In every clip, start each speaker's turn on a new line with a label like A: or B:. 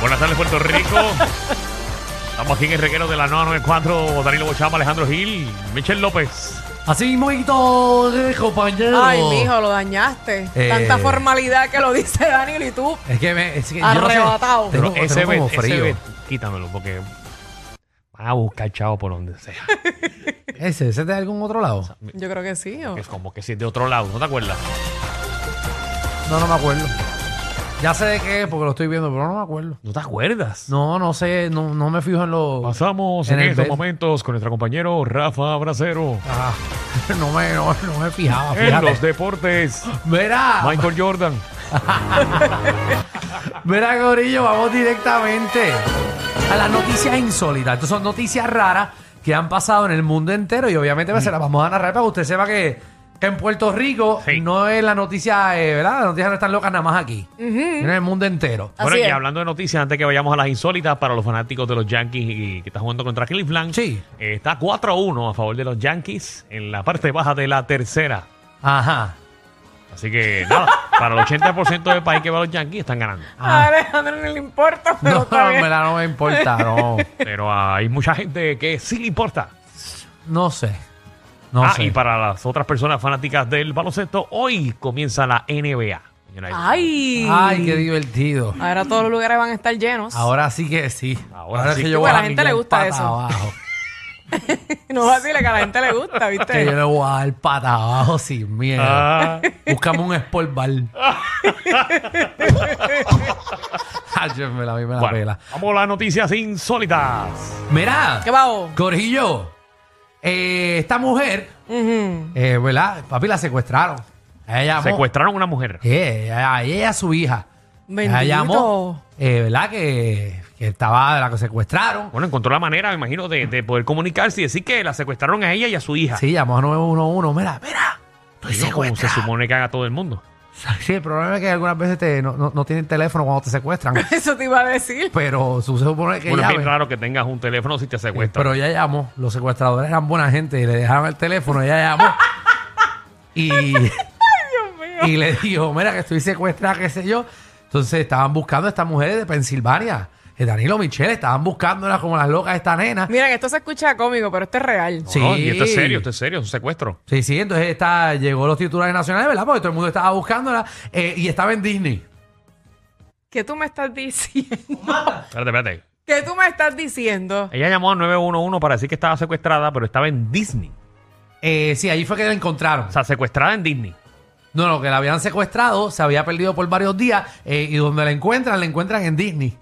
A: Buenas tardes, Puerto Rico. Estamos aquí en el reguero de la 994, Danilo Bochama, Alejandro Gil, Michel López.
B: Así mismo, eh, compañero.
C: Ay, mijo, lo dañaste.
B: Eh.
C: Tanta formalidad que lo dice Danilo y tú.
B: Es que, me, es que yo no sé.
C: Arrebatado.
B: Tengo,
A: Pero
B: tengo
A: ven-
B: como
A: ese
B: frío.
A: ven, quítamelo porque van a buscar chavo por donde sea.
B: Ese, ese es de algún otro lado.
C: Yo creo que sí. ¿o?
A: es como que si es de otro lado, ¿no te acuerdas?
B: No, no me acuerdo. Ya sé de qué es porque lo estoy viendo, pero no me acuerdo.
A: ¿No te acuerdas?
B: No, no sé, no, no me fijo en los.
A: Pasamos en,
B: En el
A: estos
B: bed.
A: momentos con nuestro compañero Rafa Bracero.
B: Ah, no, me, no, no me fijaba.
A: En
B: Ah, Fíjate. Ah.
A: los deportes,
B: Mira,
A: Michael Jordan.
B: mira, Gorillo, vamos directamente a las noticias insólitas. Estas son noticias raras que han pasado en el mundo entero y obviamente pues, se las vamos a narrar para que usted sepa que, que en Puerto Rico
A: Sí.
B: no es la noticia, eh, ¿verdad? Las noticias no están locas nada más aquí, en el mundo entero.
C: Así
A: Bueno, y
C: es.
A: hablando de noticias, antes que vayamos a las insólitas, para los fanáticos de los Yankees y que está jugando contra Cleveland,
B: Sí.
A: eh, está 4-1 a favor de los Yankees en la parte baja de la tercera.
B: Ajá.
A: Así que nada, para el 80% del país que va a los Yankees están ganando.
C: A Alejandro no le importa, pero
B: Ah. No,
C: está bien.
B: me la no me importa, no.
A: Pero hay mucha gente que sí le importa.
B: No sé. No
A: ah,
B: sé.
A: y para las otras personas fanáticas del baloncesto, hoy comienza la NBA. señoras y
C: Ay.
B: Ay, qué divertido.
C: Ahora todos los lugares van a estar llenos.
B: Ahora sí que sí.
A: Ahora sí
B: es que
A: que-
B: yo
C: Bueno,
B: voy
C: a la gente le
B: dar
C: gusta
B: pata
C: eso.
B: abajo.
C: No es así, que a la gente le gusta,
B: Que yo
C: ¿viste?
B: le voy a dar pata abajo sin miedo.
A: Ah.
B: Buscame un sport bar. Ay, yo me la vi, me la
A: Bueno,
B: pela.
A: vamos a las noticias insólitas.
B: Mira,
C: ¿Qué bajo?
B: Corillo, eh, esta mujer, eh, ¿verdad? Papi, la secuestraron. Ella llamó-
A: Secuestraron a una mujer.
B: Eh, a ella y a su hija.
C: Bendito.
B: Ella llamó, eh, ¿verdad? Que, que estaba, la que secuestraron.
A: Bueno, encontró la manera, me imagino, de, de poder comunicarse y decir que la secuestraron a ella y a su hija.
B: Sí, llamó a 911. Mira, mira.
A: Digo, como
B: Estoy
A: se
B: secuestrado.
A: supone que haga todo el mundo.
B: Sí, el problema es que algunas veces te, no, no- no tienen teléfono cuando te secuestran.
C: Eso te iba a decir.
B: pero su- se supone que
A: Bueno, es bien
B: llame.
A: raro que tengas un teléfono si te secuestran.
B: Pues, Pero ella llamó. Los secuestradores eran buena gente y le dejaron el teléfono. Ella llamó. y, y le dijo, mira, que estoy secuestrada, qué sé yo. Entonces estaban buscando a estas mujeres de Pensilvania. Eh, Danilo Michelle, estaban buscándolas como las locas esta nena.
C: Mira, que esto se escucha cómico, pero esto es real.
A: No, no,
B: Sí.
A: y esto es serio, esto es serio, es un secuestro.
B: Sí, sí, entonces está, llegó los titulares nacionales, ¿verdad? Porque todo el mundo estaba buscándola eh, y estaba en Disney.
C: ¿Qué tú me estás diciendo?
A: Espérate, espérate.
C: ¿Qué tú me estás diciendo?
B: Eh,
A: Ella llamó al 911 para decir que estaba secuestrada, pero estaba en Disney.
B: Eh, sí, ahí fue que la encontraron.
A: O sea, secuestrada en Disney.
B: No, no, que la habían secuestrado, se había perdido por varios días eh, y donde la encuentran, la encuentran en Disney.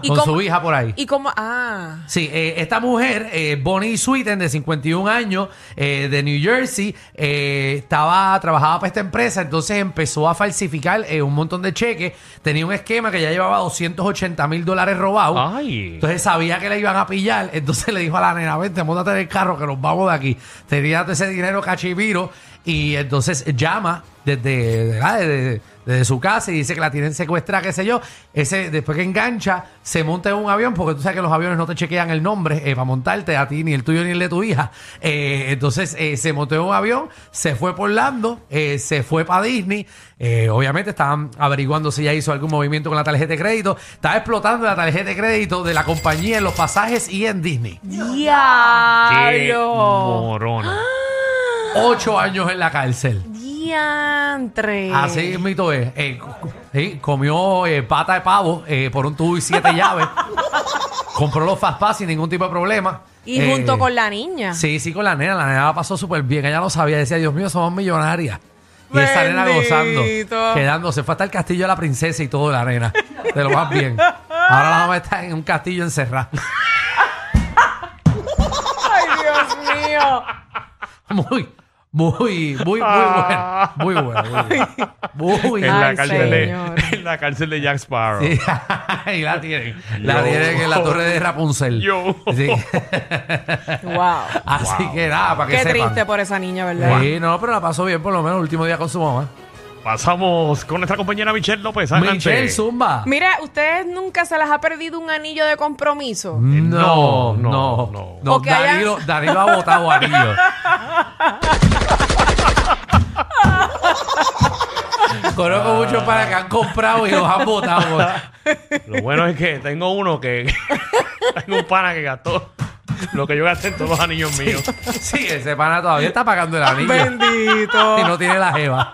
C: ¿Y
B: Con
C: cómo-
B: su hija por ahí.
C: ¿Y cómo? Ah.
B: Sí, eh, esta mujer, eh, Bonnie Sweeten, de 51 años, eh, de New Jersey, eh, estaba trabajaba para esta empresa, entonces empezó a falsificar eh, un montón de cheques. Tenía un esquema que ya llevaba 280 mil dólares robados.
A: Ay.
B: Entonces sabía que le iban a pillar, entonces le dijo a la nena, vente, montate en el carro que nos vamos de aquí. Tenía todo ese dinero cachiviro y entonces llama desde, ¿verdad? desde, desde su casa y dice que la tienen secuestrada, qué sé yo. Ese, después que engancha, se monta en un avión, porque tú sabes que los aviones no te chequean el nombre eh, para montarte a ti, ni el tuyo ni el de tu hija. Eh, entonces eh, se montó en un avión, se fue por Orlando, eh, se fue para Disney. Eh, obviamente estaban averiguando si ya hizo algún movimiento con la tarjeta de crédito. Estaba explotando la tarjeta de crédito de la compañía en los pasajes y en Disney.
A: ¡Qué
C: ¡Diablo!
A: morona!
B: Ocho años en la cárcel.
C: ¡Diantre!
B: Así mito es. Eh, co- sí, comió eh, pata de pavo eh, por un tubo y siete llaves. Compró los fast pass sin ningún tipo de problema.
C: Y
B: Eh,
C: junto con la niña.
B: Sí, sí, con la nena. La nena la pasó súper bien. Ella lo sabía. Decía, Dios mío, somos millonarias. Y esa nena gozando,
C: Bendito.
B: quedándose. Fue hasta el castillo de la princesa y todo, la nena. De lo más bien. Ahora la mamá está en un castillo encerrada.
C: ¡Ay, Dios mío!
B: Muy, muy, muy, muy
C: Ah.
B: bueno. Muy bueno. Muy bueno. Muy
A: En la,
C: Ay,
A: cárcel de,
C: señor.
A: en la cárcel de Jack Sparrow.
B: Sí. y la tienen. La
A: Yo.
B: tienen en la torre de Rapunzel.
A: Yo.
B: Sí.
C: ¡Wow!
B: Así que nada, para que
C: Qué
B: sepan.
C: triste por esa niña, ¿verdad?
B: Sí, no, pero la pasó bien por lo menos el último día con su mamá.
A: Pasamos con nuestra compañera Michelle López. Adelante.
B: Michelle Zumba.
C: Mira, ¿ustedes nunca se las ha perdido un anillo de compromiso?
B: No,
A: No,
B: Eh, no, no.
A: no, no.
C: O que haya-
B: Danilo, Danilo ha votado anillo.
A: Ah.
B: Conozco muchos para que han comprado y los han votado.
A: Lo bueno es que tengo uno que. tengo un pana que gastó lo que yo gasté en todos los anillos míos.
B: Sí, ese pana todavía está pagando el anillo.
C: Bendito.
B: Y no tiene la jeva.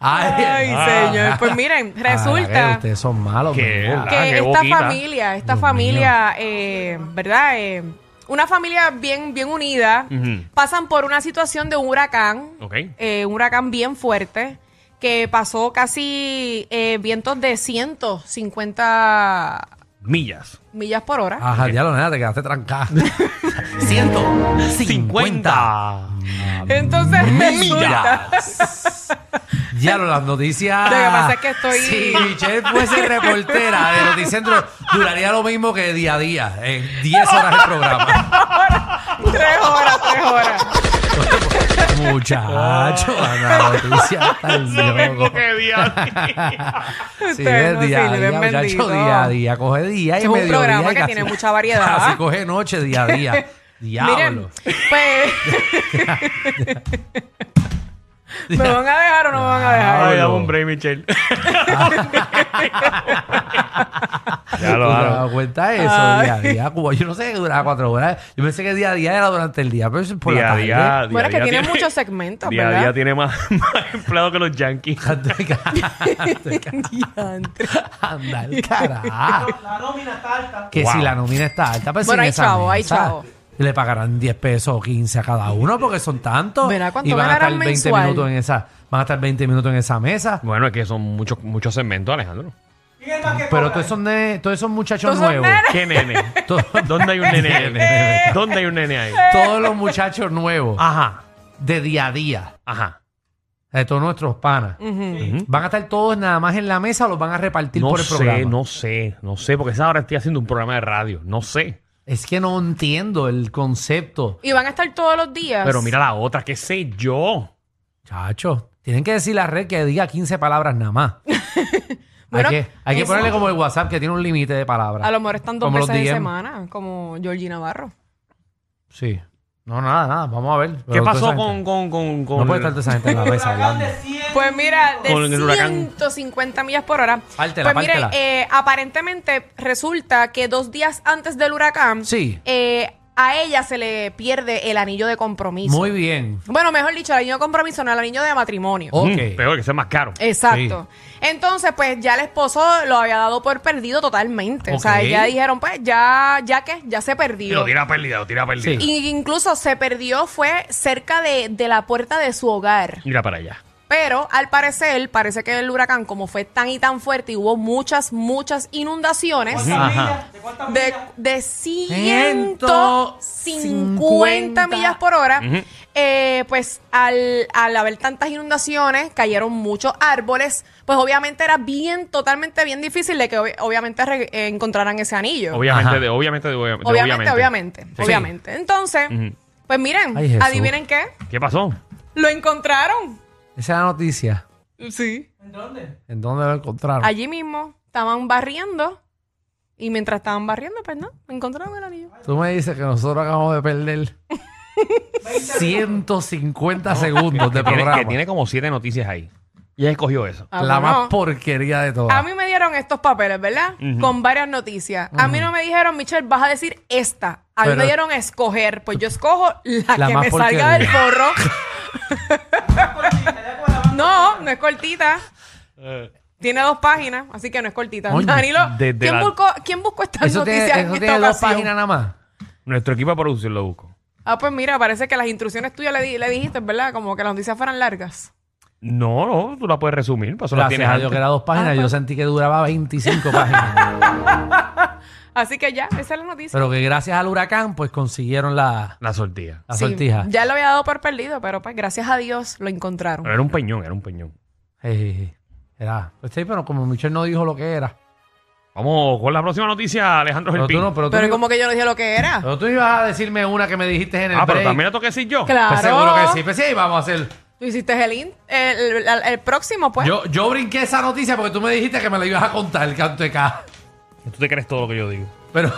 C: Ay, señor. Pues miren,
B: Ah,
C: resulta que,
B: ustedes son malos.
A: ¿Qué?
B: ¿verdad?
A: Ah, qué
C: esta
A: boquita.
C: familia, esta
B: Dios
C: familia, eh, ¿verdad? Eh, una familia bien, bien unida,
A: Ujú.
C: pasan por una situación de un huracán,
A: Ok.
C: eh, un huracán bien fuerte, que pasó casi eh, vientos de 150
A: Millas.
C: millas por
A: Ah,
C: hora.
B: Ajá, Ah, ya lo nena, te quedaste trancada. 150.
A: Mm,
C: Entonces resulta...
B: Millas. Ya lo, las noticias.
C: Lo que pasa es que estoy-
B: Si Michelle fuese reportera de Noticentro, duraría lo mismo que día a día. En 10 horas el programa.
C: Tres horas, tres horas.
B: Muchacho, la noticia está el
A: Lo mismo
B: loco.
A: que di a
B: Sí,
C: Ustedes
B: es
C: no
B: día a
C: sirven,
B: día, muchacho,
C: bendito.
B: día a día. Coge día y
C: Es un
B: mediodía
C: programa
B: y
C: que tiene mucha variedad.
B: Casi coge noche, día a día. Diablo.
C: Miren, pues. ¿Me van a dejar o no me van a dejar?
A: Ay,
B: Diablo.
A: dame un break, Michelle. ya lo
B: ¿Tú te has
A: hago.
B: dado cuenta de eso? Día a día. Cuba, Yo no sé que duraba cuatro horas. Yo pensé que día a día era durante el día, pero es por
A: Día
B: la
A: a
B: tarde.
A: día, día
C: Bueno,
A: a
C: es que
A: día
C: tiene muchos segmentos,
A: Día a
C: ¿verdad?
A: día tiene más, más empleados que los Yankees.
C: Diantre.
B: Anda, el carajo.
D: La nómina está alta.
B: Que
A: Wow.
B: si la nómina está alta, pues
C: Bueno,
B: sin
C: hay
B: esa
C: chavo, hay
B: mesa,
C: chavo.
B: Le pagarán 10 pesos o 15 a cada uno porque son tantos.
C: Verá cuánto
B: y van a estar
C: ganarán
B: 20
C: mensual.
B: minutos en esa, van a estar 20 minutos en esa mesa.
A: Bueno, es que son muchos muchos segmentos, Alejandro.
D: ¿Quién es el más que
B: Pero
D: cobra?
B: todos esos, nene- todos esos muchachos
C: Todos son
B: nuevos.
C: nenes.
A: ¿Qué nene?
B: to-
A: ¿Dónde hay un nene ahí? ¿Dónde hay un nene ahí?
B: todos los muchachos nuevos
A: Ajá,
B: de día a día.
A: ajá.
B: De todos nuestros panas.
A: Ujú.
B: ¿Van a estar todos nada más en la mesa o los van a repartir
A: No
B: por el
A: sé,
B: programa?
A: no sé, no sé, porque esa hora estoy haciendo un programa de radio, no sé.
B: Es que no entiendo el concepto.
C: Y van a estar todos los días.
A: Pero mira la otra, qué sé yo.
B: Chacho, tienen que decir la red que diga 15 palabras nada más.
C: Bueno,
B: hay que, hay que
C: eso-
B: ponerle como el WhatsApp que tiene un límite de palabras.
C: A lo mejor están dos
B: Como los
C: veces en
B: DM.
C: semana, como Georgie Navarro.
B: Sí. No, nada, nada. Vamos a ver.
A: ¿Qué
B: Pero toda esa
A: pasó
B: gente-
A: con, con, con, con-
B: No puede estar toda esa gente en la mesa
D: Huracán
B: hablando.
D: de 100.
C: Pues mira, de
A: Con el huracán.
C: 150 millas por hora.
B: Pártela,
C: pues miren,
B: pártela.
C: eh, aparentemente resulta que dos días antes del huracán,
B: Sí.
C: eh, a ella se le pierde el anillo de compromiso.
B: Muy bien.
C: Bueno, mejor dicho, el anillo de compromiso, no el anillo de matrimonio.
B: Ok.
A: Mm, peor que sea más caro.
C: Exacto. Entonces, pues ya el esposo lo había dado por perdido totalmente. O sea,
B: Ok.
C: ya dijeron, pues ya, ya que, ya se
A: Y lo
C: perdió.
A: tira pérdida, lo tira pérdida.
B: Sí.
C: Y incluso se perdió, fue cerca de, de la puerta de su hogar.
A: Mira para allá.
C: Pero al parecer, parece que el huracán, como fue tan y tan fuerte y hubo muchas, muchas inundaciones,
D: ¿Cuántas
A: Ajá.
D: millas? ¿De cuántas
C: de,
D: millas?
C: de 150 millas por hora,
A: Ujú.
C: eh, pues al, al haber tantas inundaciones, cayeron muchos árboles, pues obviamente era bien, totalmente bien difícil de que ob- obviamente re- eh, encontraran ese anillo.
A: Obviamente,
B: Ajá.
A: de, obviamente, de, obvia- de
C: obviamente, obviamente,
A: Sí.
C: obviamente. Entonces,
A: Ujú.
C: pues miren,
B: Ay, Jesús.
C: adivinen qué,
A: ¿Qué pasó?
C: lo encontraron.
B: Esa es la noticia.
C: Sí.
D: ¿En dónde?
B: ¿En dónde lo encontraron?
C: Allí mismo estaban barriendo y mientras estaban barriendo, pues no, encontraron el anillo.
B: Tú me dices que nosotros acabamos de perder 150 segundos de
A: Que tiene,
B: programa.
A: que tiene como siete noticias ahí. Y ella escogió eso.
C: Ah,
B: la
C: bueno.
B: más porquería de todas.
C: A mí me dieron estos papeles, ¿verdad? Con varias noticias. A mí no me dijeron, Michelle, vas a decir esta. A mí
B: Pero-
C: me dieron a escoger. Pues yo escojo la,
B: La
C: que
B: más
C: me salga del
B: porquería.
C: forro.
D: Cortita, ya con la mano.
C: No, no es cortita.
B: Eh.
C: Tiene dos páginas, así que no es cortita.
B: Oye,
C: Danilo,
A: desde
C: ¿quién,
A: la-
C: buscó, ¿quién buscó estas
B: eso tiene,
C: noticias en
B: eso
C: esta
B: tiene dos
C: ocasión?
B: páginas nada más.
A: Nuestro equipo de producción lo busco.
C: Ah, pues mira, parece que las instrucciones tuyas le, di- le dijiste, ¿verdad? Como que las noticias fueran largas.
A: No, no, tú la puedes resumir. Para eso la tienes
B: Gracias a Dios
A: antes.
B: que era dos páginas.
C: Ah,
B: yo
C: pues.
B: sentí que duraba 25 páginas.
C: Así que ya, esa es la noticia.
B: pero que gracias al huracán, pues consiguieron la,
A: La sortija.
B: la
C: Sí,
B: sortija.
C: ya lo había dado por perdido, pero pues gracias a Dios lo encontraron.
A: Pero era un peñón, era un peñón.
B: Eh, era. Pues sí, pero como Michelle no dijo lo que era.
A: Vamos con la próxima noticia, Alejandro
B: Pero tú
A: Gelpín.
B: no, pero tú,
C: Pero
B: no-
C: como que yo no dije lo que era.
B: pero tú ibas a decirme una que me dijiste en el
A: ah, pero
B: break.
A: también la toqué decir yo.
C: Claro.
B: Pues seguro que sí. Pues sí, vamos a hacer.
C: Tú hiciste el, in- el, el- el- el próximo, pues.
B: Yo, yo brinqué esa noticia porque tú me dijiste que me la ibas a contar el canto de K.
A: Tú te crees todo lo que yo digo.
B: Pero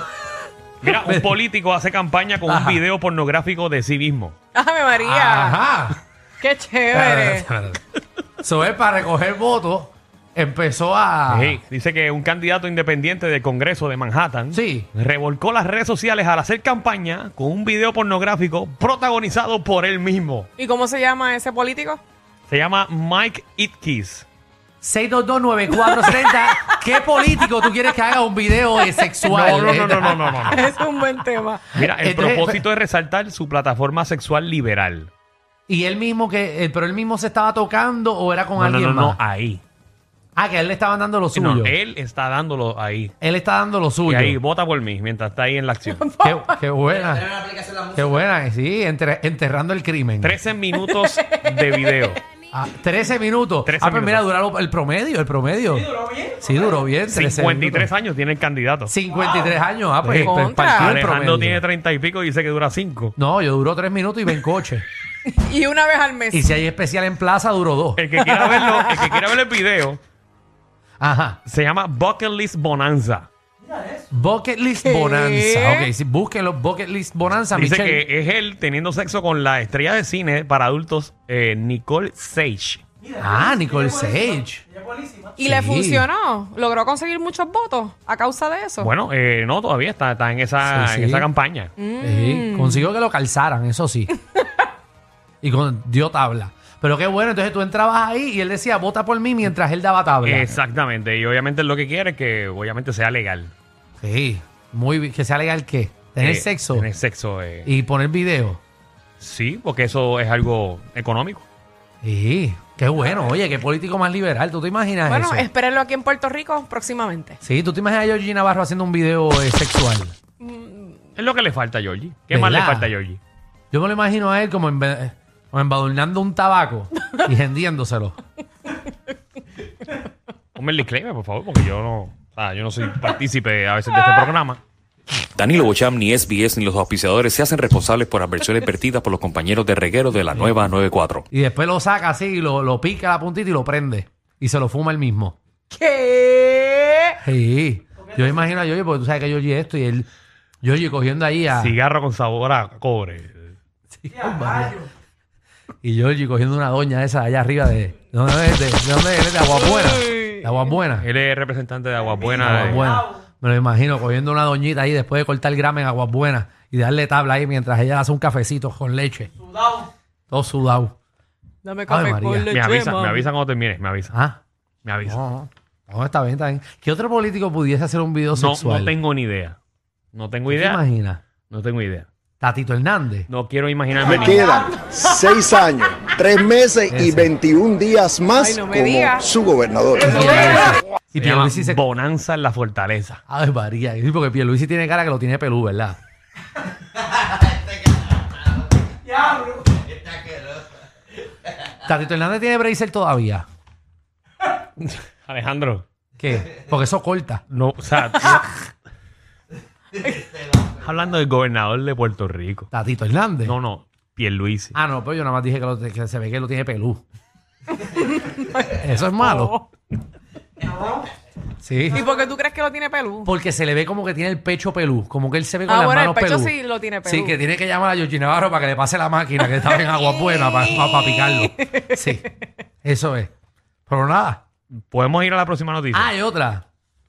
A: Mira, un político hace campaña con un
B: Ajá.
A: video pornográfico de sí mismo.
C: ¡Ave María!
B: ajá.
C: ¡Qué chévere!
B: Espérate, espérate. Eso es para recoger votos. Empezó a.
A: Ey, dice que un candidato independiente del Congreso de Manhattan
B: Sí.
A: revolcó las redes sociales al hacer campaña con un video pornográfico protagonizado por él mismo.
C: ¿Y cómo se llama ese político?
A: Se llama Mike Itkis.
B: 6229470. ¿Qué político tú quieres que haga un video eh,
A: No,
B: sexual?
A: no, no, no, no, no, no.
C: es un buen tema.
A: Mira, el
B: Entonces,
A: propósito es resaltar su plataforma sexual liberal.
B: Y él mismo que. eh, pero él mismo se estaba tocando o era con
A: No, no,
B: alguien
A: no, no,
B: más.
A: ahí.
B: Ah, que a él le estaban dando lo suyo.
A: No,
B: él...
A: él está dándolo ahí.
B: está dando lo
A: Y
B: suyo.
A: ahí, vota por mí mientras está ahí en la acción.
B: Qué, qué buena. Qué buena, eh, sí, enter- enterrando el crimen.
A: 13 minutos de video.
B: Ah, 13 minutos.
A: 13
B: ah, pero mira,
A: minutos.
B: duró el promedio, el promedio.
D: Sí, duró bien.
B: Sí, duró bien. 13
A: 53
B: minutos.
A: años tiene el candidato.
B: 53 años. Ah, pues,
A: Sí.
B: pues,
C: Contra.
B: partió el
A: Alejandro
B: promedio.
A: tiene 30 y pico y dice que dura 5.
B: No, yo duró 3 minutos y ven coche.
C: Y una vez al mes.
B: y si hay especial en plaza, duró 2.
A: El que quiera verlo, el que quiera ver el video,
B: Ajá.
A: se llama Bucket List Bonanza.
D: Mira eso.
B: Bucket List
C: ¿Qué?
B: Bonanza. Ok, sí, busquen los Bucket List Bonanza,
A: Dice
B: Ah, Michelle.
A: que es él teniendo sexo con la estrella de cine para adultos, eh, Nicole Sage.
D: Mira,
B: Ah,
D: ella es
B: Nicole
D: buenísima.
B: Sage.
D: Ella es buenísima.
C: Y le
B: Sí.
C: funcionó. Logró conseguir muchos votos a causa de eso.
A: Bueno, eh, no, todavía está, está en, esa,
B: Sí, sí.
A: en esa campaña.
B: Mm.
C: Mm.
B: Sí, consiguió que lo calzaran, eso sí. y con, dio tabla. Pero qué bueno, entonces tú entrabas ahí y él decía, vota por mí mientras él daba tabla.
A: Exactamente. Y obviamente lo que quiere es que obviamente sea legal.
B: Sí, muy bien. Que sea legal qué. Tener
A: Eh,
B: sexo
A: Tener sexo. eh,
B: y poner video.
A: Sí, porque eso es algo económico.
B: Sí, qué bueno. Oye, qué político más liberal. ¿Tú te imaginas
C: Bueno,
B: eso?
C: espérenlo aquí en Puerto Rico próximamente.
B: Sí, ¿tú te imaginas a Georgie Navarro haciendo un video eh, sexual?
A: Es lo que le falta a Georgie. ¿Qué más le
B: ¿Verdad?
A: falta a Georgie?
B: Yo me lo imagino a él como, embe- como embadurnando un tabaco y vendiéndoselo.
A: Ponme el disclaimer, por favor, porque yo no, o sea, yo no soy partícipe a veces de este programa.
E: Danilo Bocham, ni SBS, ni los auspiciadores se hacen responsables por adversiones vertidas por los compañeros de reguero de la nueva 94.
B: Y después lo saca así, y lo, lo pica la puntita y lo prende. Y se lo fuma él mismo.
C: ¿Qué?
B: Sí. Yo me imagino a Georgie porque tú sabes que Georgie es esto y él... Georgie cogiendo ahí a...
A: Cigarro con sabor a cobre.
D: Sí, a rayo.
B: Y Georgie cogiendo una doña esa allá arriba de. ¿De dónde es? ¿De, de dónde es? De Aguabuena. De Aguabuena.
A: Él es representante de Aguabuena.
B: Aguas
A: eh.
B: Buenas.
D: Wow.
B: Me lo imagino cogiendo una doñita ahí después de cortar el grama en Aguas Buenas y darle tabla ahí mientras ella hace un cafecito con leche.
D: Sudado.
B: Todo sudado.
C: Dame
B: Ave
C: café
B: María.
C: con
B: Me
A: Me
C: leche,
A: avisa,
C: mami.
A: me avisa cuando termine, me avisa,
B: Ah,
A: me avisa. No,
B: no, no. No, está bien, está bien. ¿Qué otro político pudiese hacer un video
A: no
B: sexual?
A: tengo ni idea. No tengo
B: ¿Te
A: idea.
B: imaginas?
A: No tengo idea.
B: Tatito Hernández.
A: No quiero imaginarme.
F: Me
A: ningún-
F: quedan seis años, tres meses y
B: Ese.
F: 21 días más
C: Ay, no me
F: como
C: diga.
F: su gobernador.
A: Se
B: Y
A: llama
B: Pierluisi se.
A: Bonanza en la fortaleza.
B: Ay, María. Sí, porque Pierluisi tiene cara que lo tiene pelú, ¿verdad?
D: Diablo.
B: Tatito Hernández tiene bracer todavía.
A: Alejandro,
B: ¿Qué? Porque eso corta.
A: no, o sea, tú- hablando del gobernador de Puerto Rico.
B: Tatito Hernández.
A: No, no, Pierluisi.
B: Ah, no, pero yo nada más dije que, lo- que se ve que lo tiene pelú. Eso es malo. Sí.
C: ¿Y por qué tú crees que lo tiene pelú?
B: Porque se le ve como que tiene el pecho pelú. Como que él se ve con
C: Ah,
B: las
C: bueno, el
B: manos
C: pecho
B: pelú.
C: sí lo tiene pelú.
B: Sí, que tiene que llamar a Georgie Navarro para que le pase la máquina que estaba en agua buena para picarlo. Sí. Eso es. Pero nada.
A: Podemos ir a la próxima noticia.
B: Ah, y otra.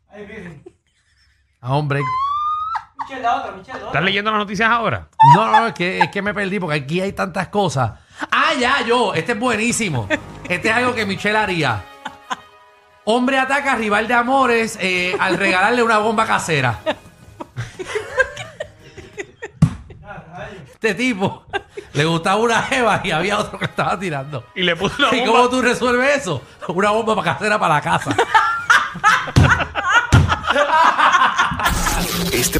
D: Ay, Virgen.
B: Ah, hombre.
D: Michelle, la otra, Michelle, la otra.
A: ¿Estás leyendo las noticias ahora?
B: No, no, es que, es que me perdí porque aquí hay tantas cosas. Ah, ya, yo. Este es buenísimo. Este es algo que Michelle haría. Hombre ataca a rival de amores eh, al regalarle una bomba casera. Este tipo le gustaba una jeva y había otro que estaba tirando.
A: Y le puso la
B: ¿Y
A: bomba.
B: cómo tú resuelves eso? Una bomba casera para la casa.
G: Este